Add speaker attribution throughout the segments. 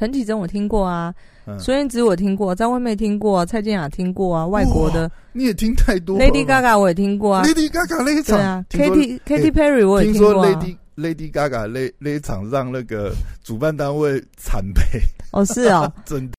Speaker 1: 滕启贞我听过啊，
Speaker 2: 嗯，
Speaker 1: 孙燕姿我听过，张惠妹听过，蔡健雅听过啊，外国的
Speaker 2: 你也听太多了吧
Speaker 1: Lady Gaga 我也听过啊，
Speaker 2: Lady Gaga 那
Speaker 1: 对
Speaker 2: 一场，
Speaker 1: 啊
Speaker 2: 听说
Speaker 1: ，Katy
Speaker 2: 哎
Speaker 1: Katy Perry 我也
Speaker 2: 听
Speaker 1: 听
Speaker 2: 说
Speaker 1: 过啊，
Speaker 2: Lady Lady Gaga 那那一场让那个主办单位惨赔，
Speaker 1: 哦是哦，
Speaker 2: 真的。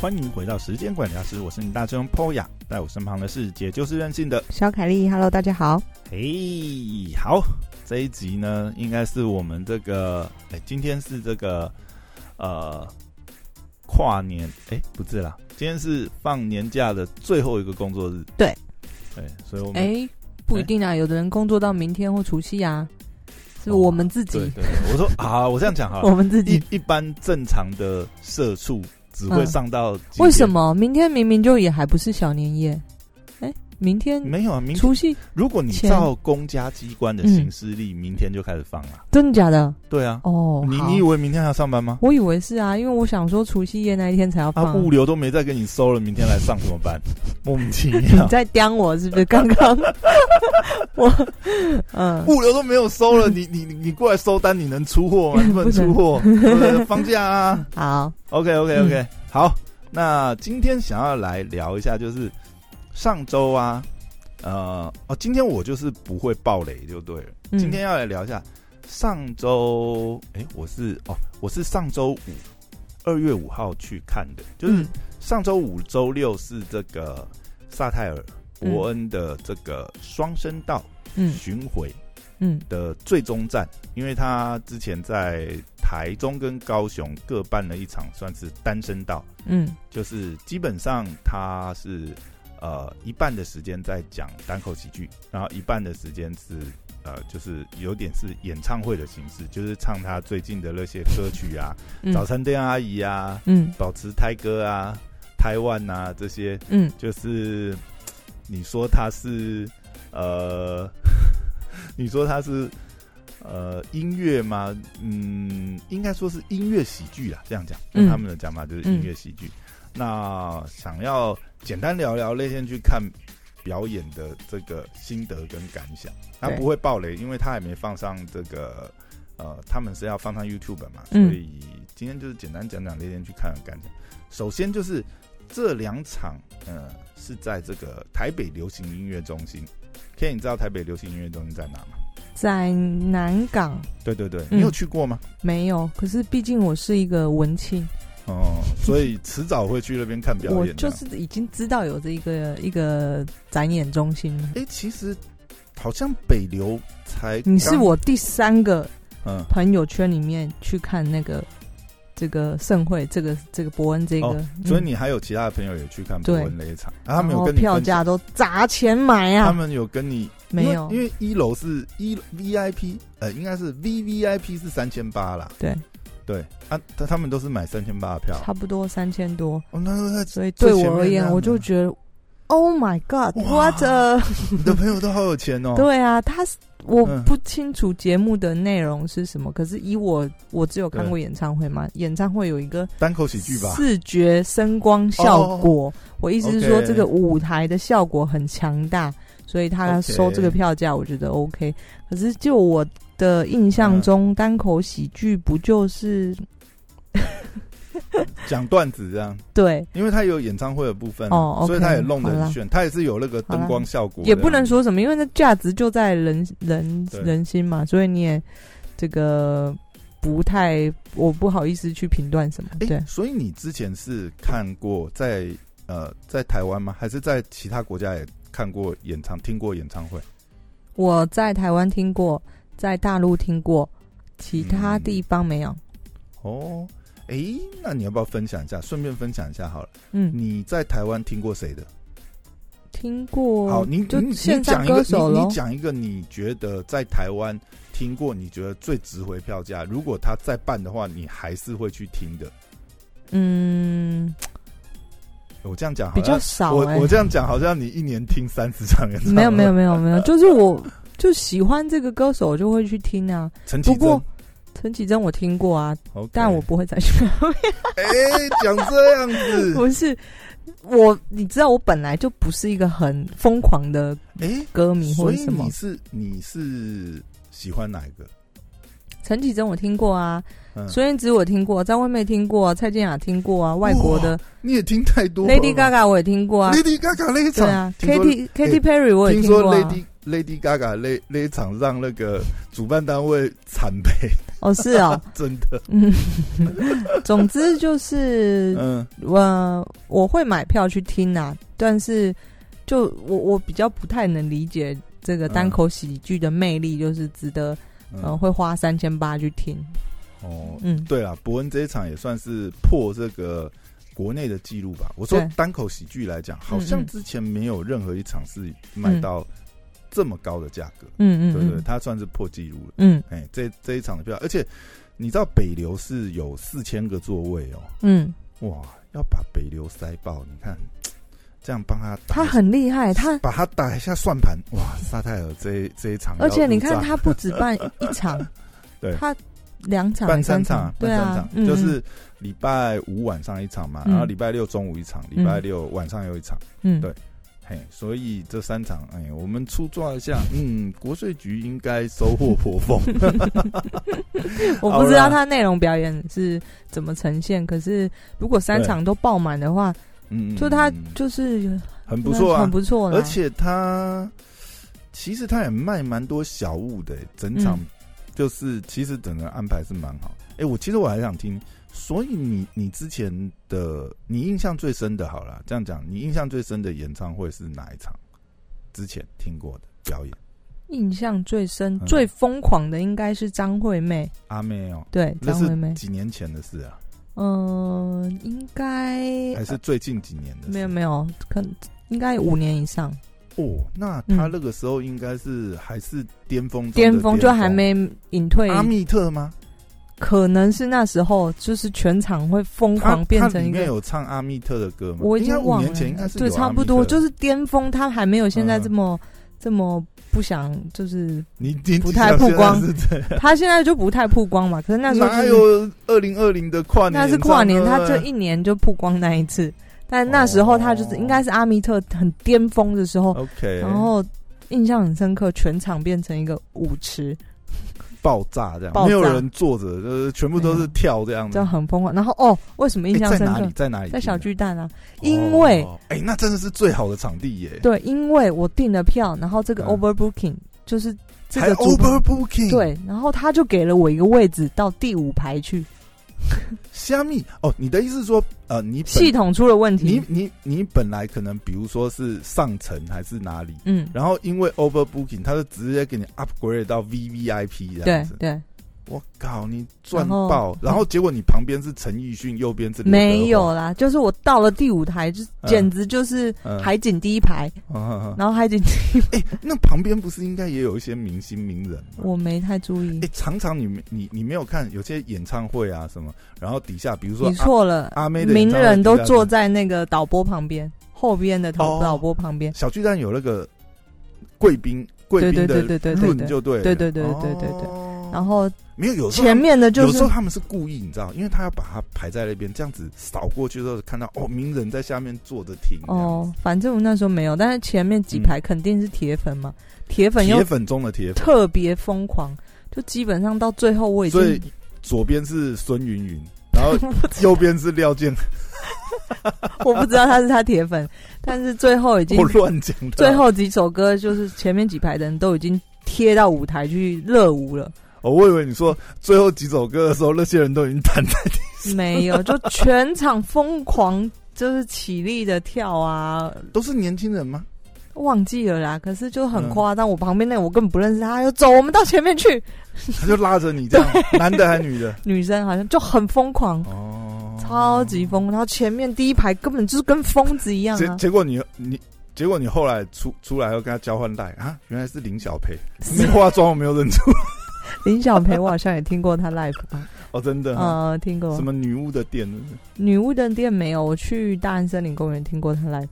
Speaker 2: 欢迎回到时间管家师，我是你大中 Poya，在我身旁的是姐就是任性的
Speaker 1: 小凯丽，Hello 大家好，
Speaker 2: 嘿，好，这一集呢，应该是我们这个，哎、今天是这个，呃，跨年，哎、不是啦，今天是放年假的最后一个工作日，
Speaker 1: 对，
Speaker 2: 对，所以我们，
Speaker 1: 哎不一定啊，有的人工作到明天或除夕啊，是
Speaker 2: 哦
Speaker 1: 我们自
Speaker 2: 对
Speaker 1: 己，
Speaker 2: 对对，我说啊，我这样讲哈，
Speaker 1: 我们自己
Speaker 2: 一一般正常的社畜只会
Speaker 1: 嗯
Speaker 2: 上到几点、
Speaker 1: 为什么明天明明就也还不是小年夜？哎，明天
Speaker 2: 没有啊？明
Speaker 1: 除夕，
Speaker 2: 如果你
Speaker 1: 前
Speaker 2: 照公家机关
Speaker 1: 嗯
Speaker 2: 的行事历，明天就开始放啊，
Speaker 1: 真的假的？
Speaker 2: 对啊，
Speaker 1: 哦，
Speaker 2: 你
Speaker 1: 好
Speaker 2: 你以为明天还要上班吗？
Speaker 1: 我以为是啊，因为我想说除夕夜那一天才要放
Speaker 2: 啊，
Speaker 1: 啊。
Speaker 2: 物流都没再给你收了，明天来上怎么办？ 莫名其
Speaker 1: 你
Speaker 2: 妙，
Speaker 1: 在刁我是不是？刚刚 我嗯，
Speaker 2: 物流都没有收了，你你你你过来收单，你能出货吗？你不能出 货，对不对放假 啊。
Speaker 1: 好，
Speaker 2: OK OK OK，、好，那今天想要来聊一下，就是上周啊，呃，哦，今天我就是不会爆雷就对了。
Speaker 1: 嗯
Speaker 2: 今天要来聊一下上周，哎、我是哦，我是上周五二月五号去看的，就是
Speaker 1: 嗯
Speaker 2: 上周五、周六是这个萨泰尔
Speaker 1: 嗯
Speaker 2: 伯恩的这个双声道
Speaker 1: 嗯
Speaker 2: 巡回
Speaker 1: 嗯
Speaker 2: 的最终站，因为他之前在台中跟高雄各办了一场，算是单声道，
Speaker 1: 嗯
Speaker 2: 就是基本上他是呃一半的时间在讲单口喜剧，然后一半的时间是呃就是有点是演唱会的形式，就是唱他最近的那些歌曲啊，
Speaker 1: 嗯
Speaker 2: 早餐店阿姨啊，
Speaker 1: 嗯
Speaker 2: 保持泰哥啊、台湾啊这些，
Speaker 1: 嗯
Speaker 2: 就是你说他是呃， 你说他是呃音乐吗？嗯，应该说是音乐喜剧啦，这样讲，
Speaker 1: 嗯
Speaker 2: 用他们的讲法就是音乐喜剧。那想要简单聊聊那天去看表演的这个心得跟感想，那
Speaker 1: 对
Speaker 2: 不会爆雷，因为他还没放上这个呃，他们是要放上 YouTube 嘛，所
Speaker 1: 嗯
Speaker 2: 以今天就是简单讲讲那天去看的感想。首先就是这两场，呃，是在这个台北流行音乐中心。K，你知道台北流行音乐中心在哪吗？
Speaker 1: 在南港
Speaker 2: 对对对，
Speaker 1: 嗯
Speaker 2: 你有去过吗？
Speaker 1: 没有，可是毕竟我是一个文青，
Speaker 2: 哦、所以迟早会去那边看表
Speaker 1: 我
Speaker 2: 演。
Speaker 1: 就是已经知道有这一个一个展演中心了。
Speaker 2: 哎、诶其实好像北流才
Speaker 1: 你是
Speaker 2: 刚，
Speaker 1: 我第三个
Speaker 2: 嗯，
Speaker 1: 朋友圈里面去看那个这个盛会，这个这个伯恩这个，
Speaker 2: 哦
Speaker 1: 嗯
Speaker 2: 所以你还有其他的朋友也去看博
Speaker 1: 对
Speaker 2: 文那一场，啊，他们有
Speaker 1: 然后
Speaker 2: 跟你
Speaker 1: 票
Speaker 2: 分享
Speaker 1: 价都砸钱买
Speaker 2: 他
Speaker 1: 啊，
Speaker 2: 们有跟你
Speaker 1: 没有
Speaker 2: 因为因为一楼是一 VIP，呃，应该是 VVIP 是三千八啦。
Speaker 1: 对
Speaker 2: 对啊，他他们都是买三千八的票。
Speaker 1: 差不多三千多，
Speaker 2: 哦，那那
Speaker 1: 所以对
Speaker 2: 最前
Speaker 1: 我而
Speaker 2: 面那
Speaker 1: 言，
Speaker 2: 样
Speaker 1: 我就
Speaker 2: 吗
Speaker 1: 觉得。Oh my
Speaker 2: 哇
Speaker 1: God！What a
Speaker 2: 那你的朋友都好有钱哦。
Speaker 1: 对啊，他是我
Speaker 2: 嗯
Speaker 1: 不清楚节目的内容是什么，可是以我我只有看过演唱会嘛，演唱会有一个
Speaker 2: 单口喜剧吧。哦
Speaker 1: 视觉声光效果。我意思是说，
Speaker 2: OK
Speaker 1: 这个舞台的效果很强大，所以他
Speaker 2: OK
Speaker 1: 收这个票价，我觉得 OK。可是就我的印
Speaker 2: 嗯
Speaker 1: 象中，单口喜剧不就是
Speaker 2: 讲段子这样，
Speaker 1: 对，
Speaker 2: 因为他有演唱会的部分啊、
Speaker 1: 哦，OK，
Speaker 2: 所以他也弄得
Speaker 1: 好
Speaker 2: 很
Speaker 1: 啦
Speaker 2: 炫，他也是有那个灯光效果。
Speaker 1: 也不能，说什么，因为那价值就在人人
Speaker 2: 对
Speaker 1: 人心嘛，所以你也这个不太，我不好意思去评断什么。
Speaker 2: 哎、
Speaker 1: 对，
Speaker 2: 所以你之前是看过在呃在台湾吗？还是在其他国家也看过演唱、听过演唱会？
Speaker 1: 我在台湾听过，在大陆听过，其他
Speaker 2: 嗯
Speaker 1: 地方没有。
Speaker 2: 哦，哎、那你要不要分享一下？顺便分享一下好了。
Speaker 1: 嗯，
Speaker 2: 你在台湾听过谁的？
Speaker 1: 听过。
Speaker 2: 好，你
Speaker 1: 就
Speaker 2: 你你
Speaker 1: 线
Speaker 2: 讲
Speaker 1: 上
Speaker 2: 一个，
Speaker 1: 歌手
Speaker 2: 你
Speaker 1: 咯
Speaker 2: 你讲一个，你觉得在台湾听过，你觉得最值回票价？如果他再办的话，你还是会去听的。
Speaker 1: 嗯，
Speaker 2: 我这样讲好
Speaker 1: 比
Speaker 2: 像
Speaker 1: 较
Speaker 2: 啊
Speaker 1: 少
Speaker 2: 我
Speaker 1: 哎、
Speaker 2: 我这样讲好像你一年听三十场演唱会，
Speaker 1: 没有没有没有没有，就是我就喜欢这个歌手，我就会去听啊。
Speaker 2: 陈绮贞。
Speaker 1: 不过陈绮贞我听过啊，
Speaker 2: OK，
Speaker 1: 但我不会再去。
Speaker 2: 哎讲这样 子，
Speaker 1: 不是，我你知道我本来就不是一个很疯狂的
Speaker 2: 哎、
Speaker 1: 歌迷或
Speaker 2: 所
Speaker 1: 者
Speaker 2: 以
Speaker 1: 什么
Speaker 2: 你。是你是喜欢哪一个？
Speaker 1: 陈绮贞我听过啊，
Speaker 2: 嗯，
Speaker 1: 孙燕姿我听过，张惠妹听过啊，蔡健雅听过啊，外国的
Speaker 2: 你也听太多了
Speaker 1: Lady
Speaker 2: 吧
Speaker 1: Gaga 我也听过啊，
Speaker 2: Lady Gaga 那一
Speaker 1: 对
Speaker 2: 场，
Speaker 1: 啊
Speaker 2: 听说哎
Speaker 1: ，Katy Katy Perry 我也
Speaker 2: 听
Speaker 1: 过
Speaker 2: 说
Speaker 1: 啊。
Speaker 2: Lady Lady Gaga 那那一场让那个主办单位惨赔，
Speaker 1: 哦，是 哦，
Speaker 2: 真的，
Speaker 1: 嗯，总之就是
Speaker 2: 嗯
Speaker 1: 我我会买票去听啊，但是就我我比较不太能理解这个单口喜剧的魅力，就是值得
Speaker 2: 嗯
Speaker 1: 呃会花三千八去听，
Speaker 2: 哦，
Speaker 1: 嗯，
Speaker 2: 对啦，伯恩这一场也算是破这个国内的记录吧。我说
Speaker 1: 对
Speaker 2: 单口喜剧来讲，好
Speaker 1: 嗯
Speaker 2: 像
Speaker 1: 嗯
Speaker 2: 之前没有任何一场是卖到这么高的价格，
Speaker 1: 嗯嗯
Speaker 2: 对对，
Speaker 1: 嗯
Speaker 2: 它算是破纪录了。
Speaker 1: 嗯
Speaker 2: 哎、这这一场的票，而且你知道北流是有四千个座位哦，
Speaker 1: 嗯，
Speaker 2: 哇，要把北流塞爆，你看这样帮他打
Speaker 1: 他很厉害，他
Speaker 2: 把他打一下算盘，哇，沙泰尔这一这一场要入
Speaker 1: 而
Speaker 2: 账，，
Speaker 1: 且你看他不止办一场
Speaker 2: 对
Speaker 1: 他两场
Speaker 2: 办三
Speaker 1: 场
Speaker 2: 场，，
Speaker 1: 对
Speaker 2: 办三
Speaker 1: 啊
Speaker 2: 场，，
Speaker 1: 嗯
Speaker 2: 就是礼拜五晚上一场嘛，
Speaker 1: 嗯
Speaker 2: 然后礼拜六中午一场，礼拜六晚上又一场，
Speaker 1: 嗯
Speaker 2: 对嘿，所以这三场，哎，我们粗抓一下，嗯，国税局应该收获颇 丰，
Speaker 1: 我不知道他内容表演是怎么呈现，可是如果三场都爆满的话，
Speaker 2: 嗯，
Speaker 1: 就他
Speaker 2: 嗯
Speaker 1: 就是
Speaker 2: 很不错啊，
Speaker 1: 很不错啦，
Speaker 2: 而且他其实他也卖蛮多小物的、整场
Speaker 1: 嗯
Speaker 2: 就是其实整个安排是蛮好。哎、我其实我还想听，所以你你之前的你印象最深的，好了，这样讲，你印象最深的演唱会是哪一场？之前听过的表演，
Speaker 1: 印象最深、
Speaker 2: 嗯
Speaker 1: 最疯狂的应该是张惠妹，
Speaker 2: 阿妹哦，
Speaker 1: 对，
Speaker 2: 那
Speaker 1: 张惠妹
Speaker 2: 是，几年前的事啊，
Speaker 1: 嗯、应该
Speaker 2: 还是最近几年的事？
Speaker 1: 没有没有，可应该五年以上，
Speaker 2: 哦，那他那个时候应该是还是巅峰中的
Speaker 1: 嗯巅
Speaker 2: 巅
Speaker 1: 峰就还没隐退，
Speaker 2: 阿密特吗？
Speaker 1: 可能是那时候就是全场会疯
Speaker 2: 他
Speaker 1: 狂变成
Speaker 2: 他里
Speaker 1: 一
Speaker 2: 面
Speaker 1: 个。
Speaker 2: 有唱阿密特的歌吗？
Speaker 1: 我已
Speaker 2: 应
Speaker 1: 经
Speaker 2: 该五
Speaker 1: 忘
Speaker 2: 年
Speaker 1: 了
Speaker 2: 前应该，是
Speaker 1: 对，
Speaker 2: 有
Speaker 1: 差
Speaker 2: 阿
Speaker 1: 不
Speaker 2: 密
Speaker 1: 多
Speaker 2: 特的
Speaker 1: 就是巅峰，他还没有现在
Speaker 2: 嗯
Speaker 1: 这么、这么不想，就是
Speaker 2: 你你
Speaker 1: 不太曝光
Speaker 2: 是这样
Speaker 1: 他现在就不太曝光嘛。可是 那时候、
Speaker 2: 哪
Speaker 1: 就是、
Speaker 2: 有二零二零的跨年？啊
Speaker 1: 那是跨年，他这一年就曝光那一次。但那时候他就是
Speaker 2: 哦
Speaker 1: 应该是阿密特很巅峰的时候，
Speaker 2: OK，
Speaker 1: 然后印象很深刻，全场变成一个舞池，
Speaker 2: 嗯爆炸这样，
Speaker 1: 爆炸
Speaker 2: 没有人坐着，呃，全部都是跳这样
Speaker 1: 这
Speaker 2: 的
Speaker 1: 样。很疯狂。然后哦，为什么印
Speaker 2: 哎
Speaker 1: 象
Speaker 2: 在
Speaker 1: 深
Speaker 2: 哪
Speaker 1: 刻
Speaker 2: 里？？在哪里？
Speaker 1: 在小，巨蛋啊，
Speaker 2: 哦
Speaker 1: 因为
Speaker 2: 哎，那真的是最好的场地耶，
Speaker 1: 对，因为我订了票，然后这个
Speaker 2: 嗯
Speaker 1: overbooking 就是这
Speaker 2: 还
Speaker 1: 个主办
Speaker 2: overbooking。，
Speaker 1: 对，然后他就给了我一个位置到第五排去，
Speaker 2: 虾米哦，你的意思是说，呃，你本
Speaker 1: 系统出了问
Speaker 2: 你
Speaker 1: 题。
Speaker 2: 你你本来可能比如说是上层还是哪里？
Speaker 1: 嗯，
Speaker 2: 然后因为 overbooking，他就直接给你 upgrade 到 VVIP 这样
Speaker 1: 对
Speaker 2: 子。
Speaker 1: 对，
Speaker 2: 我靠，你赚
Speaker 1: 然后
Speaker 2: 爆！然后结果你旁边是陈奕迅，右边是刘德华
Speaker 1: 没，有啦，就是我到了第五台，就是
Speaker 2: 嗯
Speaker 1: 简直就是
Speaker 2: 嗯
Speaker 1: 海景第一排，
Speaker 2: 嗯嗯嗯
Speaker 1: 然后海景第一排
Speaker 2: 那旁边不是应该也有一些明星名人吗？
Speaker 1: 我没太注意
Speaker 2: 哎、，常常你没你你没有看有些演唱会啊什么，然后底下比如说
Speaker 1: 你错了，
Speaker 2: 阿阿妹的演
Speaker 1: 名
Speaker 2: 唱会
Speaker 1: 人都
Speaker 2: 底下
Speaker 1: 坐
Speaker 2: 是
Speaker 1: 在那个导播旁边，后边的导
Speaker 2: 哦
Speaker 1: 导播旁边，
Speaker 2: 小巨蛋有那个贵宾贵
Speaker 1: 对对
Speaker 2: 宾的
Speaker 1: 对对对对
Speaker 2: 论
Speaker 1: 对，
Speaker 2: 就对了
Speaker 1: 对对对对对对
Speaker 2: 哦
Speaker 1: 然后
Speaker 2: 没有有时候他
Speaker 1: 前
Speaker 2: 们
Speaker 1: 面的就
Speaker 2: 有
Speaker 1: 是
Speaker 2: 时候他们是故意，你知道，因为他要把它排在那边，这样子扫过去之后看到哦，名人在下面坐着听这样子
Speaker 1: 哦，反正我那时候没有，但是前面几排肯定是铁粉嘛，铁粉又
Speaker 2: 铁粉中的铁粉，
Speaker 1: 特别疯狂，就基本上到最后我已经
Speaker 2: 所以左边是孙云云，然后右边是廖健，
Speaker 1: 我不知道他是他铁粉，但是最后已经
Speaker 2: 我乱讲的。啊
Speaker 1: 最后几首歌就是前面几排的人都已经贴到舞台去热舞了，
Speaker 2: 哦，我以为你说最后几首歌的时候，那些人都已经 弹在
Speaker 1: 没有，就全场疯狂就是起立的跳啊，
Speaker 2: 都是年轻人吗？
Speaker 1: 忘记了啦，可是就
Speaker 2: 嗯
Speaker 1: 很夸张。我旁边那个我根本不认识他，他就走，我们到前面去。
Speaker 2: 他就拉着你这样，男的还 女的？
Speaker 1: 女生好像就很疯狂，
Speaker 2: 哦，
Speaker 1: 超级疯，然后前面第一排根本就是跟疯子一样
Speaker 2: 结
Speaker 1: 啊！
Speaker 2: 结果你你。结果你后来出出来又跟他交换赖啊，原来是林小培，
Speaker 1: 是
Speaker 2: 你化妆我没有认出
Speaker 1: 林小培，我好像也听过他 live 吧？
Speaker 2: 哦，真的哈，
Speaker 1: 呃，听过
Speaker 2: 什。么女巫的店，
Speaker 1: 女巫的店没有，我去大安森林公园听过他 live。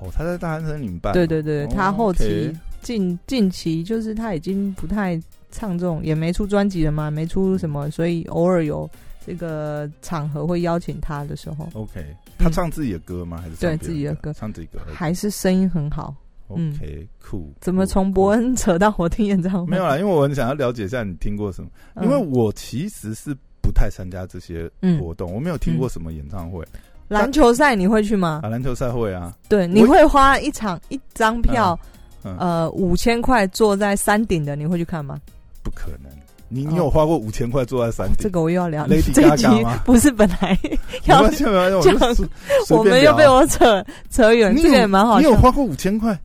Speaker 2: 哦，他在大安森林办，
Speaker 1: 对对对，
Speaker 2: 哦
Speaker 1: 他后期
Speaker 2: OK
Speaker 1: 近近期就是他已经不太唱这种，也没出专辑了嘛，没出什么，所以偶尔有这个场合会邀请他的时候，
Speaker 2: OK，他唱自己的歌吗？还是
Speaker 1: 嗯对
Speaker 2: 唱别人
Speaker 1: 自己的歌
Speaker 2: 唱自己歌
Speaker 1: 还是声音很好。嗯
Speaker 2: ？OK，酷。
Speaker 1: 怎么从伯恩扯到我听演唱会？
Speaker 2: 酷哦没有啦？因为我很想要了解一下你听过什么，
Speaker 1: 嗯，
Speaker 2: 因为我其实是不太参加这些
Speaker 1: 嗯，
Speaker 2: 活动，我没有听过什么演唱会
Speaker 1: 篮球赛你会去吗
Speaker 2: 啊，？篮球赛会啊，
Speaker 1: 对，你会花一场一张票，
Speaker 2: 嗯
Speaker 1: 呃，五千块坐在山顶的，你会去看吗？
Speaker 2: 不可能。你
Speaker 1: 哦
Speaker 2: 你有花过五千块坐在山
Speaker 1: 这
Speaker 2: 顶？
Speaker 1: 个我又要聊，
Speaker 2: Lady
Speaker 1: 这一集
Speaker 2: Gaga 吗
Speaker 1: 不是本来
Speaker 2: 没
Speaker 1: 要
Speaker 2: 关系，没关系，我
Speaker 1: 这样
Speaker 2: 就随
Speaker 1: 我
Speaker 2: 随
Speaker 1: 们
Speaker 2: 便
Speaker 1: 又
Speaker 2: 聊啊
Speaker 1: 被我扯扯远，
Speaker 2: 你
Speaker 1: 这个
Speaker 2: 有
Speaker 1: 也蛮好
Speaker 2: 你
Speaker 1: 笑
Speaker 2: 有。花过五千块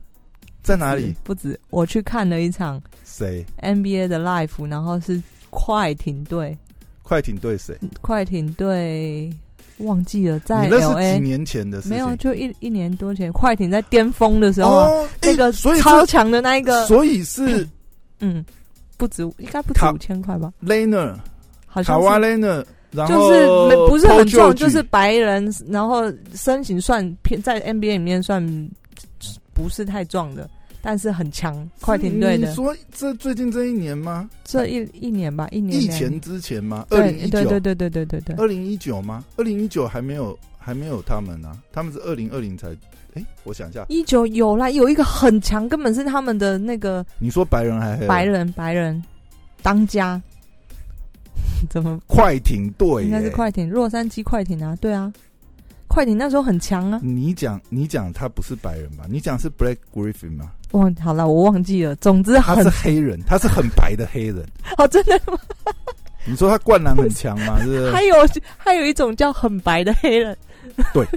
Speaker 2: 在哪里？
Speaker 1: 不止，我去看了一场
Speaker 2: 谁？
Speaker 1: NBA 的 live，然后是快艇队，
Speaker 2: 快艇对谁？
Speaker 1: 快艇队忘记了在
Speaker 2: 你那是几
Speaker 1: LA，
Speaker 2: 年前的事
Speaker 1: 没
Speaker 2: 情
Speaker 1: 有，。啊就一一年多前，快艇在巅峰的时候啊，
Speaker 2: 哦，
Speaker 1: 那
Speaker 2: 哎
Speaker 1: 个
Speaker 2: 所以
Speaker 1: 超强的那一
Speaker 2: 这
Speaker 1: 个，
Speaker 2: 所以是
Speaker 1: 嗯，不止，应该不止
Speaker 2: 卡
Speaker 1: 五千块吧，
Speaker 2: Laner
Speaker 1: 好
Speaker 2: 卡
Speaker 1: 像
Speaker 2: 哇
Speaker 1: 是。
Speaker 2: 雷呢？然
Speaker 1: 就
Speaker 2: 后
Speaker 1: 是没不是
Speaker 2: Paul
Speaker 1: 很重，
Speaker 2: George
Speaker 1: 就是白人，然后身形算偏在 NBA 里面算不是太壮的，但是很强，快艇队
Speaker 2: 你
Speaker 1: 的
Speaker 2: 说这最近这一年吗？
Speaker 1: 这一一年吧，一年
Speaker 2: 疫
Speaker 1: 两
Speaker 2: 情之前吗？二
Speaker 1: 对
Speaker 2: 零一
Speaker 1: 对对
Speaker 2: 九，
Speaker 1: 对对对对对，
Speaker 2: 二零一九吗？二零一九还没有还没有他们呢，他们是二零二零才。哎，我想一下，
Speaker 1: 一九有啦，有一个很强，根本是他们的那个
Speaker 2: 你说白人还黑
Speaker 1: 白人白人当家， 怎么
Speaker 2: 快艇队
Speaker 1: 应该是
Speaker 2: 耶
Speaker 1: 快艇，洛杉矶快艇啊，对啊，快艇那时候很强啊，
Speaker 2: 你讲你讲他不是白人吧？你讲是 Black Griffin 吗？
Speaker 1: 忘好了，我忘记了，总之
Speaker 2: 他
Speaker 1: 很
Speaker 2: 是黑人，他是很白的黑人。
Speaker 1: 哦，真的吗？
Speaker 2: 你说他灌篮很强吗？是不 是
Speaker 1: 还有还有一种叫很白的黑人，
Speaker 2: 对，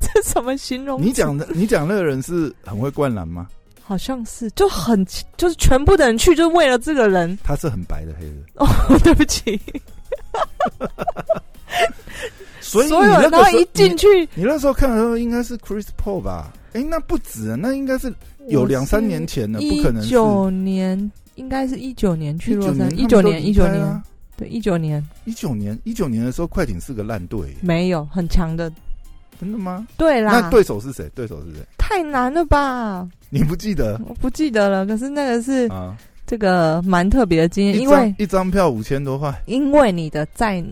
Speaker 1: 这什么形容词？
Speaker 2: 你讲的你讲那个人是很会灌篮吗？
Speaker 1: 好像是就很就是全部的人去就为了这个 人，
Speaker 2: 他是很白的黑人，
Speaker 1: 哦，对不起，
Speaker 2: 所以你
Speaker 1: 所有
Speaker 2: 那
Speaker 1: 人
Speaker 2: 个
Speaker 1: 都
Speaker 2: 时候
Speaker 1: 一进去
Speaker 2: 你那时候看的时候应该是 Chris Paul 吧？哎、那不止，那应该是有两三年前了，不可能
Speaker 1: 一
Speaker 2: 是
Speaker 1: 九年，应该是一九年去洛杉矶，一
Speaker 2: 一
Speaker 1: 九
Speaker 2: 九
Speaker 1: 年，一
Speaker 2: 一
Speaker 1: 九年，对，一九年
Speaker 2: 啊一九年，一九年的时候，快艇是个烂队耶，
Speaker 1: 没有很强的，
Speaker 2: 真的吗？
Speaker 1: 对
Speaker 2: 那
Speaker 1: 啦，
Speaker 2: 对手是谁？对手是谁？
Speaker 1: 太难了吧？
Speaker 2: 你不记得
Speaker 1: 我不记得了，可是那个是
Speaker 2: 啊？
Speaker 1: 这个蛮特别的经验，
Speaker 2: 一
Speaker 1: 嗯因为
Speaker 2: 张一张票五千多块，
Speaker 1: 因为你的在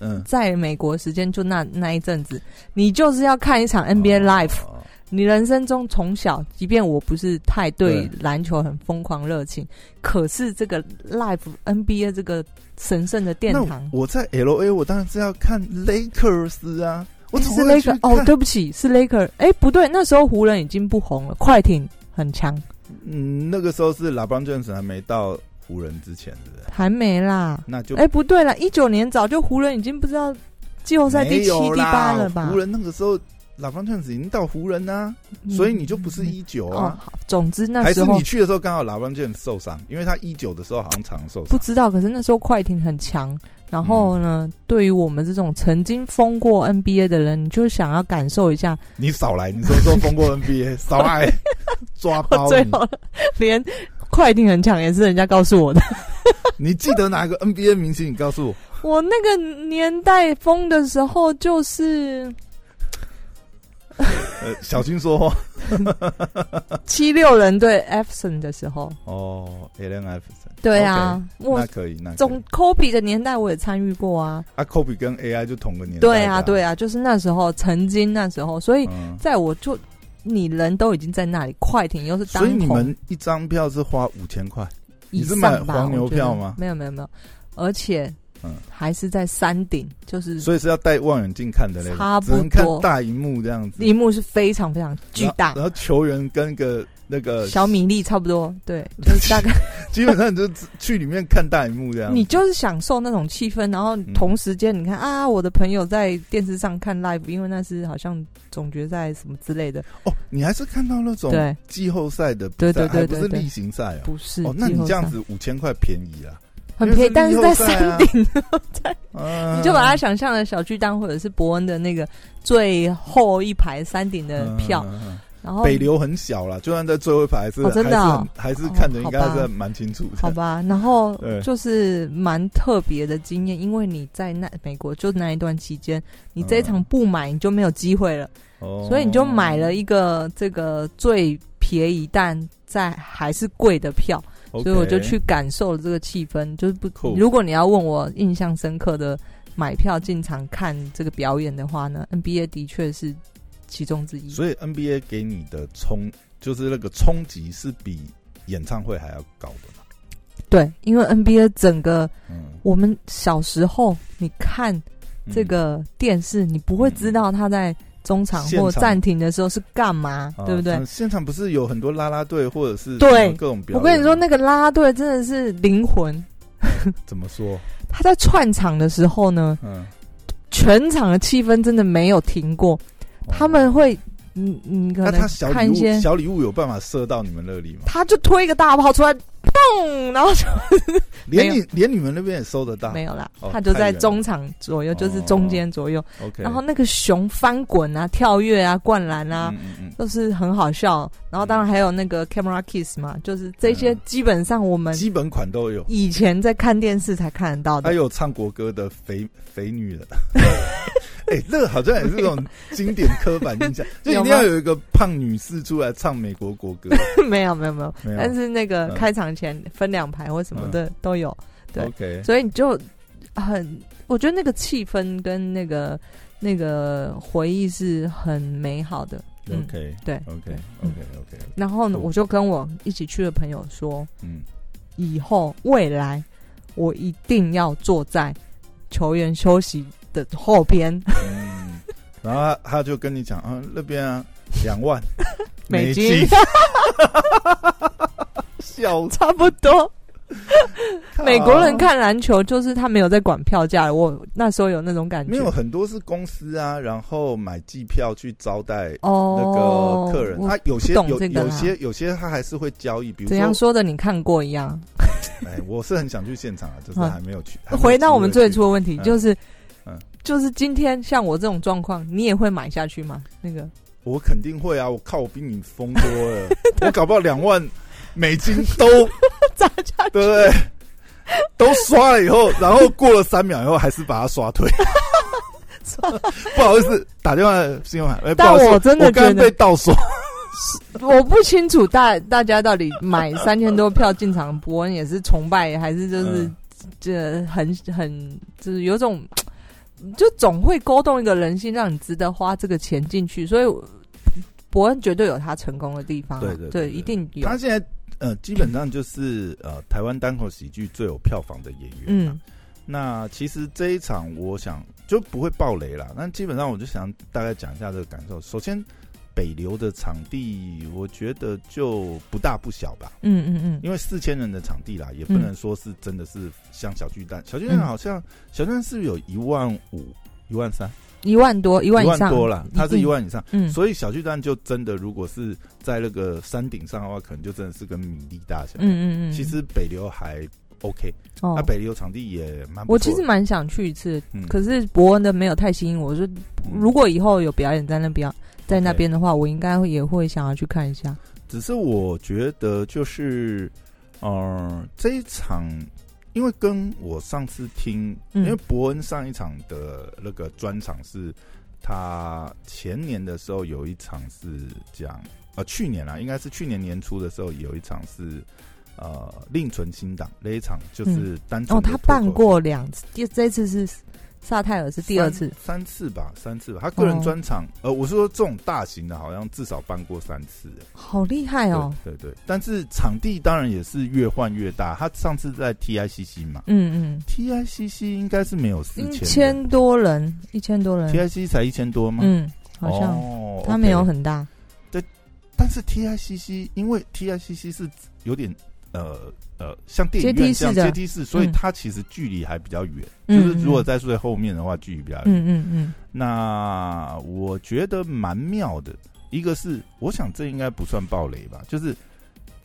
Speaker 2: 嗯
Speaker 1: 在美国时间就那那一阵子，你就是要看一场 NBA
Speaker 2: 哦
Speaker 1: Live。
Speaker 2: 哦
Speaker 1: 你人生中从小，即便我不是太对
Speaker 2: 对
Speaker 1: 篮球很疯狂热情，可是这个 Live NBA 这个神圣的殿
Speaker 2: 那
Speaker 1: 堂，
Speaker 2: 我在 L A，我当然是要看 Lakers 啊，我怎
Speaker 1: 是
Speaker 2: 么会去
Speaker 1: Laker
Speaker 2: 看？
Speaker 1: 哦，对不起，是 Laker。哎，不对，那时候湖人已经不红了，快艇很强，
Speaker 2: 嗯，那个时候是 LeBron James 还没到湖人之前，对不对？
Speaker 1: 还没啦。
Speaker 2: 那就
Speaker 1: 哎，不对啦，一九年早就湖人已经不知道季后赛第
Speaker 2: 没
Speaker 1: 七、
Speaker 2: 有
Speaker 1: 第八了
Speaker 2: 啦
Speaker 1: 吧
Speaker 2: 湖？人那个时候，老方圈子已经到湖人啦、
Speaker 1: 嗯
Speaker 2: 所以你就不是一九
Speaker 1: 哦，
Speaker 2: 啊。
Speaker 1: 好总之那
Speaker 2: 还
Speaker 1: 时
Speaker 2: 是
Speaker 1: 候
Speaker 2: 你去的时候刚好老方圈子受伤，因为他一九的时候好像常受
Speaker 1: 不
Speaker 2: 伤。
Speaker 1: 知道，可是那时候快艇很强。然后呢，对于我们这种曾经疯过 NBA 的人，你就想要感受一 下。
Speaker 2: 你少来，你什么时候封 过 NBA？少来，抓包
Speaker 1: 我最
Speaker 2: 你！
Speaker 1: 后连快艇很强也是人家告诉我的。
Speaker 2: 你记得哪个 NBA 明星？你告诉我，
Speaker 1: 我那个年代疯的时候，就是
Speaker 2: 呃，小心说话
Speaker 1: 七六人对 e f s o n 的时候。
Speaker 2: 哦。Allen Iverson，
Speaker 1: 对啊，
Speaker 2: OK，
Speaker 1: 我
Speaker 2: 那可以，那可以
Speaker 1: 总 Kobe 的年代我也参与过啊。
Speaker 2: 啊，Kobe 跟 AI 就同个年代的。
Speaker 1: 对啊，对啊，就是那时候，曾经那时候，所以
Speaker 2: 嗯。
Speaker 1: 在我就你人都已经在那里，快艇又是当
Speaker 2: 所以你
Speaker 1: 红
Speaker 2: 们一张票是花五千块，
Speaker 1: 以
Speaker 2: 你是
Speaker 1: 上
Speaker 2: 买
Speaker 1: 吧
Speaker 2: 黄牛
Speaker 1: 我觉得
Speaker 2: 票吗
Speaker 1: 没有没有没有，而且
Speaker 2: 嗯
Speaker 1: 还是在山顶，就是
Speaker 2: 所以是要戴望远镜看的嘞，
Speaker 1: 差不
Speaker 2: 只
Speaker 1: 多
Speaker 2: 能看大荧幕这样子。
Speaker 1: 一幕是非常非常巨大
Speaker 2: 然后，然后球员跟个那个
Speaker 1: 小，米粒差不多，
Speaker 2: 呃
Speaker 1: 对，就是大概
Speaker 2: 基本上你就只去里面看大荧幕这样。嗯
Speaker 1: 你就是享受那种气氛，然后同时间你看啊，我的朋友在电视上看 live，因为那是好像总决赛什么之类的，
Speaker 2: 哦，你还是看到那种
Speaker 1: 对，
Speaker 2: 季后赛的比
Speaker 1: 对
Speaker 2: 赛，
Speaker 1: 对对
Speaker 2: 还不
Speaker 1: 对
Speaker 2: 是
Speaker 1: 对
Speaker 2: 例行赛哦。
Speaker 1: 不是
Speaker 2: 哦，那
Speaker 1: 季
Speaker 2: 你
Speaker 1: 后
Speaker 2: 这样
Speaker 1: 赛
Speaker 2: 子五千块便宜啊啦，
Speaker 1: 很便宜，但是在山顶，
Speaker 2: 顶，啊 嗯
Speaker 1: 你就把它想象的小巨蛋或者是伯恩的那个最后一排山顶的票，
Speaker 2: 嗯嗯嗯
Speaker 1: 然后
Speaker 2: 北流很小啦，就算在最后一排还是
Speaker 1: 哦真的哦
Speaker 2: 还是很还是看着
Speaker 1: 哦
Speaker 2: 应该
Speaker 1: 好
Speaker 2: 是
Speaker 1: 吧
Speaker 2: 蛮清楚 的。
Speaker 1: 好吧，然后
Speaker 2: 对
Speaker 1: 就是蛮特别的经验，因为你在那美国就那一段期间，你这一场不买你就没有机会了，
Speaker 2: 哦，
Speaker 1: 所以你就买了一个这个最便宜但在还是贵的票，所以我就去感受了这个气氛。就是不
Speaker 2: 酷
Speaker 1: 如果你要问我印象深刻的买票进场看这个表演的话呢，NBA 的确是其中之一。
Speaker 2: 所以 NBA 给你的冲，就是那个冲击是比演唱会还要高的嘛。
Speaker 1: 对，因为 NBA 整个
Speaker 2: 嗯，
Speaker 1: 我们小时候你看这个电视，你不会知道他在中场
Speaker 2: 现场
Speaker 1: 或暂停的时候是干嘛，
Speaker 2: 嗯
Speaker 1: 对不对
Speaker 2: 啊？现场不是有很多啦啦队或者是
Speaker 1: 对
Speaker 2: 什么各种表演？
Speaker 1: 我跟你说，那个啦啦队真的是灵魂。
Speaker 2: 怎么说？
Speaker 1: 他在串场的时候呢，
Speaker 2: 嗯，
Speaker 1: 全场的气氛真的没有停过。他们会，嗯嗯，可
Speaker 2: 哦那
Speaker 1: 能
Speaker 2: 他小
Speaker 1: 看
Speaker 2: 礼
Speaker 1: 一些
Speaker 2: 物，小礼物有办法射到你们那里吗？
Speaker 1: 他就推一个大炮出来，砰，然后就
Speaker 2: 连你连你们那边也收得到
Speaker 1: 没有啦
Speaker 2: 哦。
Speaker 1: 他就
Speaker 2: 太
Speaker 1: 在
Speaker 2: 远了哦
Speaker 1: 中场左右，就是中间左右。
Speaker 2: ？OK，
Speaker 1: 然后那个熊翻滚啊、跳跃啊、灌篮啊，
Speaker 2: 嗯嗯嗯
Speaker 1: 都是很好笑。然后当然还有那个 camera kiss 嘛，就是这些
Speaker 2: 嗯
Speaker 1: 基本上我
Speaker 2: 嗯，
Speaker 1: 们
Speaker 2: 基本哎款都有。
Speaker 1: 以前在看电视才看得到
Speaker 2: 还
Speaker 1: 的。
Speaker 2: 有唱国歌的 肥肥女人，哎、这个好像也是这种经典刻板印象， 就一定要有一个胖女士出来唱美国国歌。
Speaker 1: 没有没有没有，
Speaker 2: 没有
Speaker 1: 但是那个
Speaker 2: 嗯
Speaker 1: 开场前分两排或什么的都有。对
Speaker 2: OK，
Speaker 1: 所以你就很，我觉得那个气氛跟那个那个回忆是很美好的。嗯
Speaker 2: OK，
Speaker 1: 对
Speaker 2: OK，OK，OK，
Speaker 1: 嗯
Speaker 2: OK，
Speaker 1: 然后呢，
Speaker 2: 嗯
Speaker 1: 我就跟我一起去的朋友说，
Speaker 2: 嗯，
Speaker 1: 以后未来我一定要坐在球员休息的后边，
Speaker 2: 嗯， 然后他他就跟你讲啊，那边啊，两万
Speaker 1: 美金
Speaker 2: 金， 笑
Speaker 1: 差不 多。
Speaker 2: 靠
Speaker 1: 美国人看篮球就是他没有在管票价，我那时候有那种感觉。
Speaker 2: 没有很多是公司啊，然后买机票去招待。
Speaker 1: 哦
Speaker 2: 那，个客人，
Speaker 1: 我
Speaker 2: 他有些
Speaker 1: 不懂
Speaker 2: 有
Speaker 1: 这个啦
Speaker 2: 有些有些他还是会交易，比如
Speaker 1: 怎样
Speaker 2: 说，
Speaker 1: 说的你看过一样。
Speaker 2: 哎，我是很想去现场啊，就是
Speaker 1: 嗯
Speaker 2: 还没有去。还没有
Speaker 1: 回到我们
Speaker 2: 机会
Speaker 1: 最
Speaker 2: 去
Speaker 1: 初，的问题，
Speaker 2: 嗯
Speaker 1: 就是，
Speaker 2: 嗯
Speaker 1: 就是今天像我这种状况，你也会买下去吗？那个
Speaker 2: 我肯定会啊！我靠，我比你疯 多了，我搞不好两万美金都
Speaker 1: 砸下
Speaker 2: 对不对？都刷了以后，然后过了三秒以后，还是把它刷 退。不好意思，打电话信用卡，哎，不
Speaker 1: 但
Speaker 2: 好意思，
Speaker 1: 我真的
Speaker 2: 我刚刚
Speaker 1: 觉得
Speaker 2: 被盗刷。
Speaker 1: 我不清楚大大家到底买三千多票进场，伯恩也是崇拜，还是就是
Speaker 2: 嗯
Speaker 1: 这很很就是有种，就总会勾动一个人心，让你值得花这个钱进去。所以伯恩绝对有他成功的地方啊，
Speaker 2: 对对对对
Speaker 1: 一定有
Speaker 2: 他，现在呃，基本上就是呃，台湾单口喜剧最有票房的演员。啊
Speaker 1: 嗯，
Speaker 2: 那其实这一场，我想就不会爆雷啦。那基本上我就想大概讲一下这个感受。首先，北流的场地，我觉得就不大不小吧，
Speaker 1: 嗯嗯嗯，
Speaker 2: 因为四千人的场地啦，也不能说是真的是像小巨蛋。小巨蛋
Speaker 1: 嗯
Speaker 2: 好像小巨蛋是不是有一万五、一万三、
Speaker 1: 一万多，一万
Speaker 2: 一
Speaker 1: 以
Speaker 2: 万
Speaker 1: 上
Speaker 2: 多啦？它是
Speaker 1: 嗯
Speaker 2: 一万以上，
Speaker 1: 嗯，
Speaker 2: 所以小巨蛋就真的如果是在那个山顶上的话，可能就真的是跟米粒大小。
Speaker 1: 嗯嗯嗯，
Speaker 2: 其实北流还 OK，
Speaker 1: 哦
Speaker 2: 那、北流场地也蛮不
Speaker 1: 我
Speaker 2: 错
Speaker 1: 其
Speaker 2: 的。
Speaker 1: 实蛮想去一次，
Speaker 2: 嗯
Speaker 1: 可是伯恩的没有太吸引我。就
Speaker 2: 嗯
Speaker 1: 如果以后有表演在那边，在那
Speaker 2: OK
Speaker 1: 边的话，我应该也会想要去看一下。
Speaker 2: 只是我觉得就是，呃，这一场，因为跟我上次听，
Speaker 1: 嗯
Speaker 2: 因为伯恩上一场的那个专场是他前年的时候有一场是讲，呃，去年啦，应该是去年年初的时候有一场是。呃，另存新档那一场就是单纯
Speaker 1: 哦，
Speaker 2: 的
Speaker 1: 他
Speaker 2: 脱口秀
Speaker 1: 办过两次，第这次是萨泰尔是第二次。
Speaker 2: 三、三次吧，三次吧。他个人
Speaker 1: 哦
Speaker 2: 专场，呃，我是说这种大型的，好像至少办过三次。欸
Speaker 1: 好厉害哦！
Speaker 2: 对对对，但是场地当然也是越换越大。他上次在 TICC 嘛
Speaker 1: 嗯
Speaker 2: ，TICC 应该是没有四
Speaker 1: 嗯，一
Speaker 2: 千人
Speaker 1: 千多人，一千多人，
Speaker 2: ，TICC 才一千多吗？
Speaker 1: 嗯，好像
Speaker 2: 哦，
Speaker 1: 他没有
Speaker 2: OK，
Speaker 1: 很大，
Speaker 2: 但是 TICC 因为 TICC 是有点呃呃像电影
Speaker 1: 阶
Speaker 2: 院
Speaker 1: 梯
Speaker 2: 这样
Speaker 1: 式的
Speaker 2: 阶梯式，所以
Speaker 1: 嗯
Speaker 2: 它其实距离还比较远。就
Speaker 1: 嗯
Speaker 2: 是如果在最后面的话，距离比较远。
Speaker 1: 嗯嗯嗯
Speaker 2: 那我觉得蛮妙的，一个是我想这应该不算暴雷吧，就是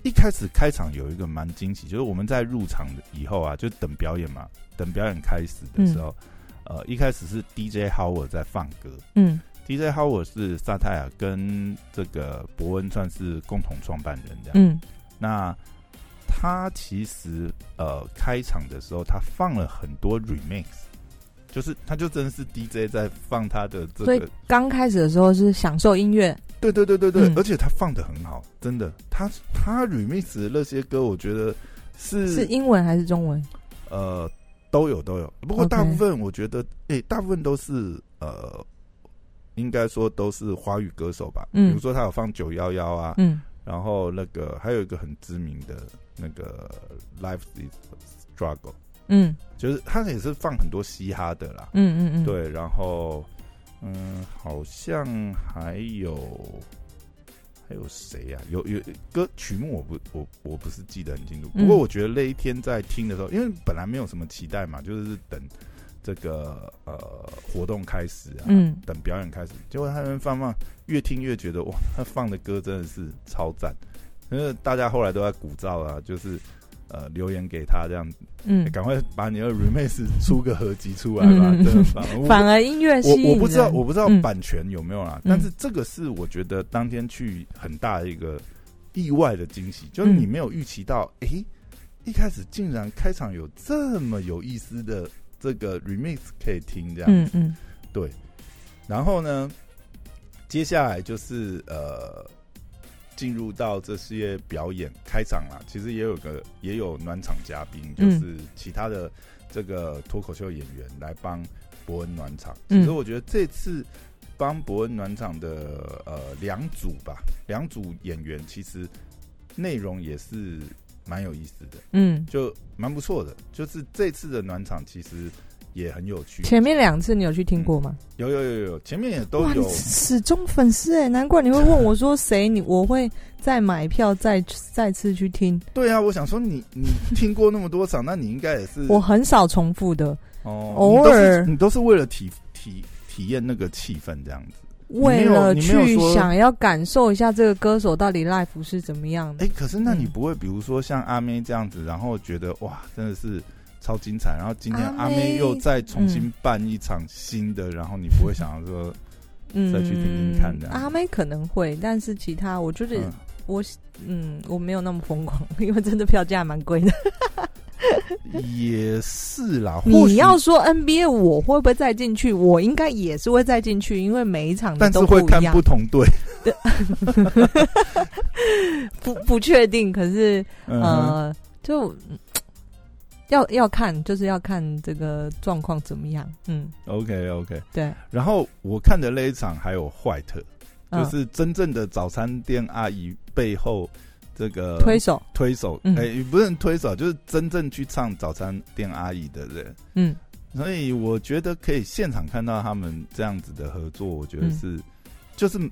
Speaker 2: 一开始开场有一个蛮惊喜，就是我们在入场的以后啊，就等表演嘛，等表演开始的时候，呃，一开始是 DJ Howard 在放歌
Speaker 1: 嗯
Speaker 2: ，DJ Howard 是萨泰尔跟这个伯恩算是共同创办人这样，
Speaker 1: 嗯
Speaker 2: 那。他其实呃，开场的时候他放了很多 remix，就是他就真的是 DJ 在放他的这
Speaker 1: 所
Speaker 2: 个
Speaker 1: 以刚开始的时候是享受音乐，
Speaker 2: 对对对对对，
Speaker 1: 嗯
Speaker 2: 而且他放的很好，真的，他他 remix 的那些歌，我觉得是
Speaker 1: 是英文还是中文？
Speaker 2: 呃，都有都有，不过
Speaker 1: OK
Speaker 2: 大部分我觉得，诶、大部分都是呃，应该说都是华语歌手吧。
Speaker 1: 嗯
Speaker 2: 比如说他有放九幺幺啊，
Speaker 1: 嗯，
Speaker 2: 然后那个还有一个很知名的那个 Life is a Struggle，
Speaker 1: 嗯
Speaker 2: 就是他也是放很多嘻哈的啦。
Speaker 1: 嗯嗯嗯，，
Speaker 2: 对，啊然后嗯，好像还有。还有谁呀、有有歌曲目我不我我不是记得很清楚，
Speaker 1: 嗯
Speaker 2: 不过我觉得那一天在听的时候，因为本来没有什么期待嘛，就是等这个呃活动开始啊，
Speaker 1: 嗯
Speaker 2: 等表演开始，结果他们放放，越听越觉得哇，他放的歌真的是超赞，因为大家后来都在鼓噪啊，就是呃留言给他这样，
Speaker 1: 嗯
Speaker 2: 欸，赶、快把你的 remix 出个合集出来 吧，
Speaker 1: 嗯
Speaker 2: 真的棒我
Speaker 1: 反而音乐吸
Speaker 2: 我
Speaker 1: 引
Speaker 2: 我不知道，
Speaker 1: 人
Speaker 2: 我不知道
Speaker 1: 啊嗯
Speaker 2: 版权有没有啦，
Speaker 1: 嗯
Speaker 2: 但是这个是我觉得当天去很大的一个意外的惊喜，
Speaker 1: 嗯
Speaker 2: 就是你没有预期到，诶、一开始竟然开场有这么有意思的这个 remix 可以听这样，
Speaker 1: 嗯嗯
Speaker 2: 然后呢，接下来就是呃，进入到这些表演开场啦，其实也有个也有暖场嘉宾，就
Speaker 1: 嗯
Speaker 2: 是其他的这个脱口秀演员来帮伯恩暖场。
Speaker 1: 嗯
Speaker 2: 其实我觉得这次帮伯恩暖场的呃两组吧，两组演员其实内容也是蛮有意思的，
Speaker 1: 嗯，
Speaker 2: 就蛮不错的。就是这次的暖场其实也很有趣，
Speaker 1: 前面两次你有去听过吗？
Speaker 2: 有有有有，前面也都
Speaker 1: 哇，你
Speaker 2: 有。
Speaker 1: 始终粉丝哎，难怪你会问我说谁，你我会再买票再再次去听，
Speaker 2: 对啊，我想说你 你听过那么多场，那你应该也是
Speaker 1: 我很少重复的，
Speaker 2: 哦，
Speaker 1: 偶尔
Speaker 2: 你都是你都是为了体体体验那个气氛这样子。没
Speaker 1: 为
Speaker 2: 有
Speaker 1: 了
Speaker 2: 你没有
Speaker 1: 去
Speaker 2: 说
Speaker 1: 想要感受一下这个歌手到底 live 是怎么样的
Speaker 2: 哎、。可是那你
Speaker 1: 嗯
Speaker 2: 不会比如说像阿妹这样子，然后觉得哇真的是超精彩，然后今天
Speaker 1: 阿
Speaker 2: 阿妹
Speaker 1: 妹
Speaker 2: 又再重新办一场新的，然后你不会想要说
Speaker 1: 嗯，
Speaker 2: 再去听听看这样
Speaker 1: 阿妹可能会，但是其他我就是、
Speaker 2: 嗯
Speaker 1: 我嗯我没有那么疯狂， 因为真的票价蛮贵的。
Speaker 2: 呃也是啦， 或许
Speaker 1: 你要说 NBA 我会不会再进去？我应该也是会再进去，因为每一场的
Speaker 2: 但是
Speaker 1: 都不
Speaker 2: 会
Speaker 1: 一
Speaker 2: 看
Speaker 1: 样
Speaker 2: 不，同队，
Speaker 1: 不不确定。可是、
Speaker 2: 嗯哼，
Speaker 1: 呃，就嗯要要看，就是要看这个状况怎么样。嗯，
Speaker 2: OK OK，
Speaker 1: 对，
Speaker 2: 然后我看的那一场还有坏特。就
Speaker 1: 嗯
Speaker 2: 是真正的早餐店阿姨背后这个
Speaker 1: 推手，
Speaker 2: 推手，哎、
Speaker 1: 嗯
Speaker 2: 不是推手，就是真正去唱早餐店阿姨的人。
Speaker 1: 嗯
Speaker 2: 所以我觉得可以现场看到他们这样子的合作，我觉得
Speaker 1: 嗯
Speaker 2: 是、就是嘖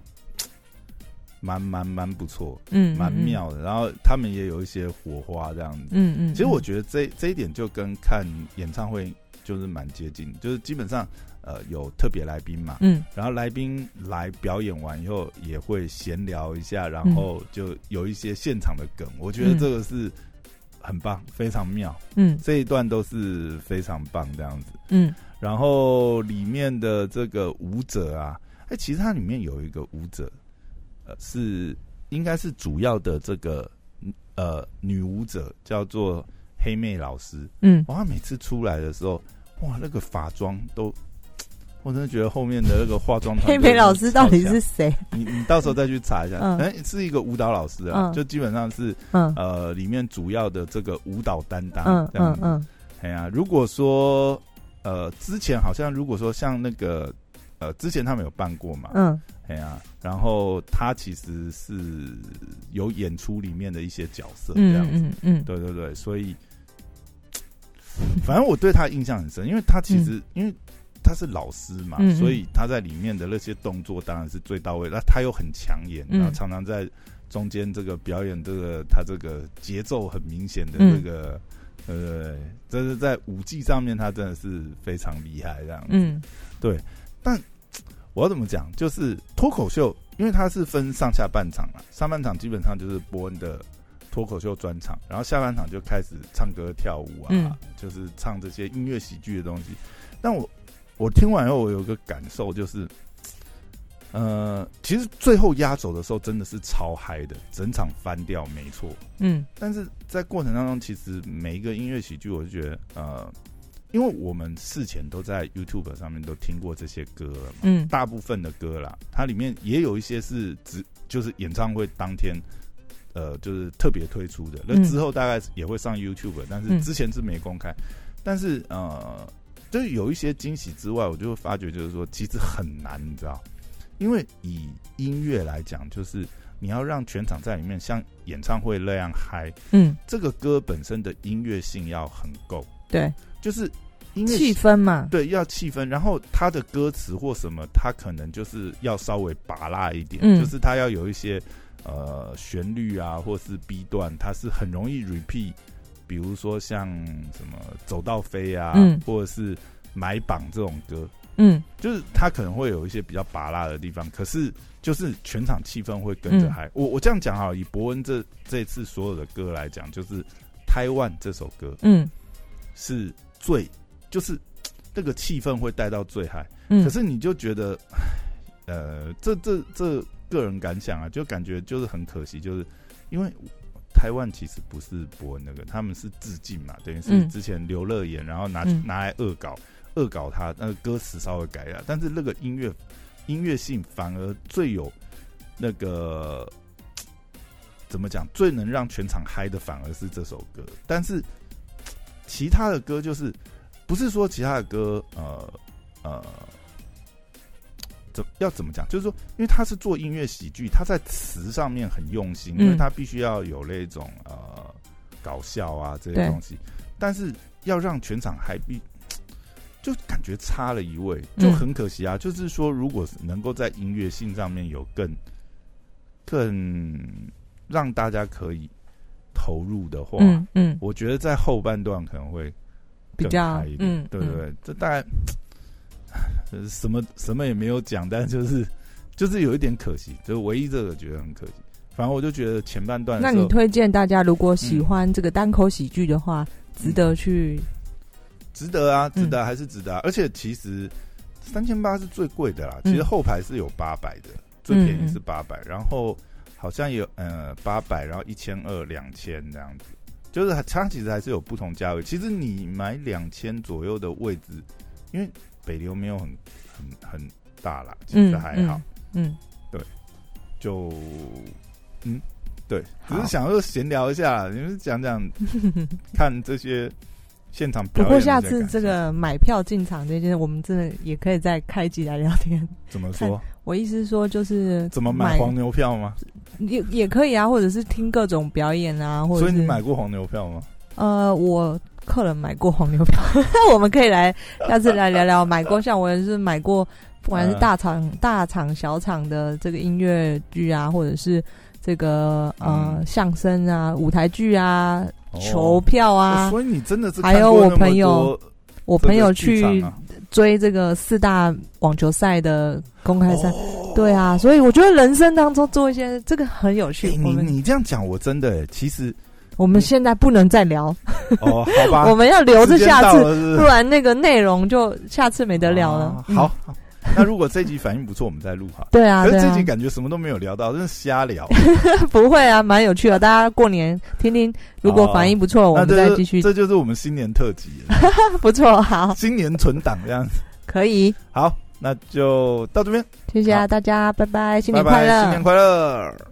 Speaker 2: 蛮蛮蛮不错，
Speaker 1: 嗯，
Speaker 2: 蛮妙的。然后他们也有一些火花这样子。
Speaker 1: 嗯。嗯嗯，
Speaker 2: 其实我
Speaker 1: 嗯
Speaker 2: 觉得这这一点就跟看演唱会就是蛮接近，就是基本上呃有特别来宾嘛，
Speaker 1: 嗯
Speaker 2: 然后来宾来表演完以后也会闲聊一下，然后就有一些现场的梗，我觉得这个是很棒，非常妙，
Speaker 1: 嗯
Speaker 2: 这一段都是非常棒这样子。
Speaker 1: 嗯
Speaker 2: 然后里面的这个舞者啊，哎，其实它里面有一个舞者，呃，是应该是主要的这个呃女舞者叫做黑妹老师，
Speaker 1: 嗯
Speaker 2: 哇，他每次出来的时候，哇，那个法妆都，我真的觉得后面的那个化妆团
Speaker 1: 黑
Speaker 2: 队
Speaker 1: 莓老师到底是谁？
Speaker 2: 你你到时候再去查一下，
Speaker 1: 嗯
Speaker 2: 哎、是一个舞蹈老师啊，
Speaker 1: 嗯
Speaker 2: 就基本上是
Speaker 1: 嗯
Speaker 2: 呃里面主要的这个舞蹈担当
Speaker 1: 嗯
Speaker 2: 这样
Speaker 1: 嗯嗯，
Speaker 2: 子。哎呀、如果说呃之前好像如果说像那个呃之前他们有办过嘛，
Speaker 1: 嗯
Speaker 2: 哎呀、然后他其实是有演出里面的一些角色这样
Speaker 1: 嗯
Speaker 2: 子。
Speaker 1: 嗯嗯
Speaker 2: 对对对，所以 反正我对他印象很深，因为他其实、因为他是老师嘛，
Speaker 1: 嗯嗯嗯
Speaker 2: 所以他在里面的那些动作当然是最到位。那他又很抢眼，
Speaker 1: 嗯
Speaker 2: 然后常常在中间这个表演，这个他这个节奏很明显的
Speaker 1: 嗯
Speaker 2: 这个。对对对，这是在舞技上面，他真的是非常厉害这样子。
Speaker 1: 嗯
Speaker 2: 我要怎么讲？就是脱口秀，因为它是分上下半场嘛，上半场基本上就是伯恩的脱口秀专场，然后下半场就开始唱歌跳舞啊，
Speaker 1: 嗯
Speaker 2: 就是唱这些音乐喜剧的东西。但我我听完以后，我有个感受就是，呃，其实最后压轴的时候真的是超嗨的，整场翻掉，没错。
Speaker 1: 嗯
Speaker 2: 但是在过程当中，其实每一个音乐喜剧，我就觉得，呃，因为我们事前都在 YouTube 上面都听过这些歌了嘛。
Speaker 1: 嗯
Speaker 2: 大部分的歌啦，它里面也有一些是只就是演唱会当天呃就是特别推出的，那
Speaker 1: 嗯
Speaker 2: 之后大概也会上 YouTube，但是
Speaker 1: 嗯
Speaker 2: 之前是没公开，但是呃，就是有一些惊喜之外，我就发觉就是说其实很难，你知道，因为以音乐来讲，就是你要让全场在里面像演唱会那样嗨，
Speaker 1: 嗯，
Speaker 2: 这个歌本身的音乐性要很够，
Speaker 1: 对，
Speaker 2: 就是音乐
Speaker 1: 气氛嘛，
Speaker 2: 对，要气氛，然后他的歌词或什么，他可能就是要稍微拔辣一点，
Speaker 1: 嗯
Speaker 2: 就是他要有一些呃旋律啊，或是 B 段，它是很容易 repeat，比如说像什么走到飞啊，
Speaker 1: 嗯
Speaker 2: 或者是买榜这种歌，
Speaker 1: 嗯
Speaker 2: 就是他可能会有一些比较拔辣的地方，可是就是全场气氛会跟着
Speaker 1: 嗯
Speaker 2: 嗨、我我这样讲哈，以伯恩这这次所有的歌来讲，就是《台湾》这首歌，
Speaker 1: 嗯
Speaker 2: 是最，就是嘖那个气氛会带到最嗨。
Speaker 1: 嗯，
Speaker 2: 可是你就觉得，唉呃，这这这个人感想啊，就感觉就是很可惜，就是因为台湾其实不是伯恩那个，他们是致敬嘛，等于是
Speaker 1: 嗯
Speaker 2: 之前刘乐言，然后拿、
Speaker 1: 嗯
Speaker 2: 拿来恶搞恶搞他，那个歌词稍微改了，但是那个音乐音乐性反而最有那个。嘖怎么讲？最能让全场嗨的反而是这首歌，但是其他的歌就是不是说其他的歌呃呃怎要怎么讲？就是说，因为他是做音乐喜剧，他在词上面很用心，
Speaker 1: 嗯
Speaker 2: 因为他必须要有那种呃搞笑啊这些
Speaker 1: 对
Speaker 2: 东西，但是要让全场嗨必。就感觉差了一位，
Speaker 1: 嗯
Speaker 2: 就很可惜啊！就是说，如果能够在音乐性上面有更更让大家可以投入的话，
Speaker 1: 嗯嗯
Speaker 2: 我觉得在后半段可能会
Speaker 1: 比
Speaker 2: 更
Speaker 1: 较
Speaker 2: 嗨一点
Speaker 1: 嗯
Speaker 2: 对对，对，这大概呃什么什么也没有讲，但就是就是有一点可惜，就是唯一这个觉得很可惜。反正我就觉得前半段的
Speaker 1: 那
Speaker 2: 时
Speaker 1: 你
Speaker 2: 候，
Speaker 1: 推荐大家如果
Speaker 2: 嗯
Speaker 1: 喜欢这个单口喜剧的话，值得去
Speaker 2: 值得啊，
Speaker 1: 嗯
Speaker 2: 值得啊还是值得啊。而且其实三千八是最贵的啦，
Speaker 1: 嗯
Speaker 2: 其实后排是有八百的，最便宜是八百，然后好像有呃八百，然后一千二、两千这样子，就是它它其实还是有不同价位。其实你买两千左右的位置，因为北流没有很很很大啦，其实
Speaker 1: 嗯
Speaker 2: 还好，
Speaker 1: 嗯
Speaker 2: 就嗯对，只是
Speaker 1: 好
Speaker 2: 想说闲聊一下，你们 讲讲看这些现场表
Speaker 1: 不
Speaker 2: 演。
Speaker 1: 过下次这。个买票进场这件事，我们真的也可以再开集来聊天。
Speaker 2: 怎么说？
Speaker 1: 我意思是说，就是
Speaker 2: 怎么买黄牛票吗？
Speaker 1: 也也可以啊，或者是听各种表演啊，或者
Speaker 2: 所
Speaker 1: 是
Speaker 2: 以你买过黄牛票吗？
Speaker 1: 呃，我客人买过黄牛票， 我们可以来下次来聊聊买过，像我也是买过，不管是
Speaker 2: 嗯
Speaker 1: 大场、大场、小场的这个音乐剧啊，或者是这个呃、
Speaker 2: 嗯
Speaker 1: 相声啊、舞台剧啊、
Speaker 2: 哦
Speaker 1: 球票啊，
Speaker 2: 所以你真的是
Speaker 1: 还有
Speaker 2: 看过
Speaker 1: 我
Speaker 2: 那么
Speaker 1: 朋友
Speaker 2: 多
Speaker 1: 我
Speaker 2: 这个
Speaker 1: 朋友
Speaker 2: 剧场
Speaker 1: 去
Speaker 2: 啊
Speaker 1: 追这个四大网球赛的公开赛，
Speaker 2: 哦
Speaker 1: 对啊，所以我觉得人生当中做一些这个很有趣
Speaker 2: 哎。
Speaker 1: 我
Speaker 2: 你
Speaker 1: 们
Speaker 2: 你这样讲，我真的哎其实
Speaker 1: 我们现在不能再聊，
Speaker 2: 哦，好吧，
Speaker 1: 我们要留着
Speaker 2: 时间
Speaker 1: 下
Speaker 2: 到
Speaker 1: 次，
Speaker 2: 了是不
Speaker 1: 不
Speaker 2: 是
Speaker 1: 然那个内容就下次没得聊了
Speaker 2: 啊。
Speaker 1: 嗯
Speaker 2: 好，，好那如果这集反应不错，我们再录哈。
Speaker 1: 对啊，
Speaker 2: 可
Speaker 1: 对
Speaker 2: 是这
Speaker 1: 啊
Speaker 2: 集，感觉什么都没有聊到，真是瞎聊。
Speaker 1: 不会啊，蛮有趣的。大家过年听听，如果
Speaker 2: 哦
Speaker 1: 反应不 错，我
Speaker 2: 那
Speaker 1: 们
Speaker 2: 这
Speaker 1: 再
Speaker 2: 就
Speaker 1: 继续。啊
Speaker 2: 这就是我们新年特辑了，
Speaker 1: 不错，好，
Speaker 2: 新年存档这样子。
Speaker 1: 可以，
Speaker 2: 好，那就到这边，
Speaker 1: 谢谢啊
Speaker 2: 好
Speaker 1: 大家，拜拜，新年
Speaker 2: 拜拜
Speaker 1: 快乐，
Speaker 2: 新年快乐。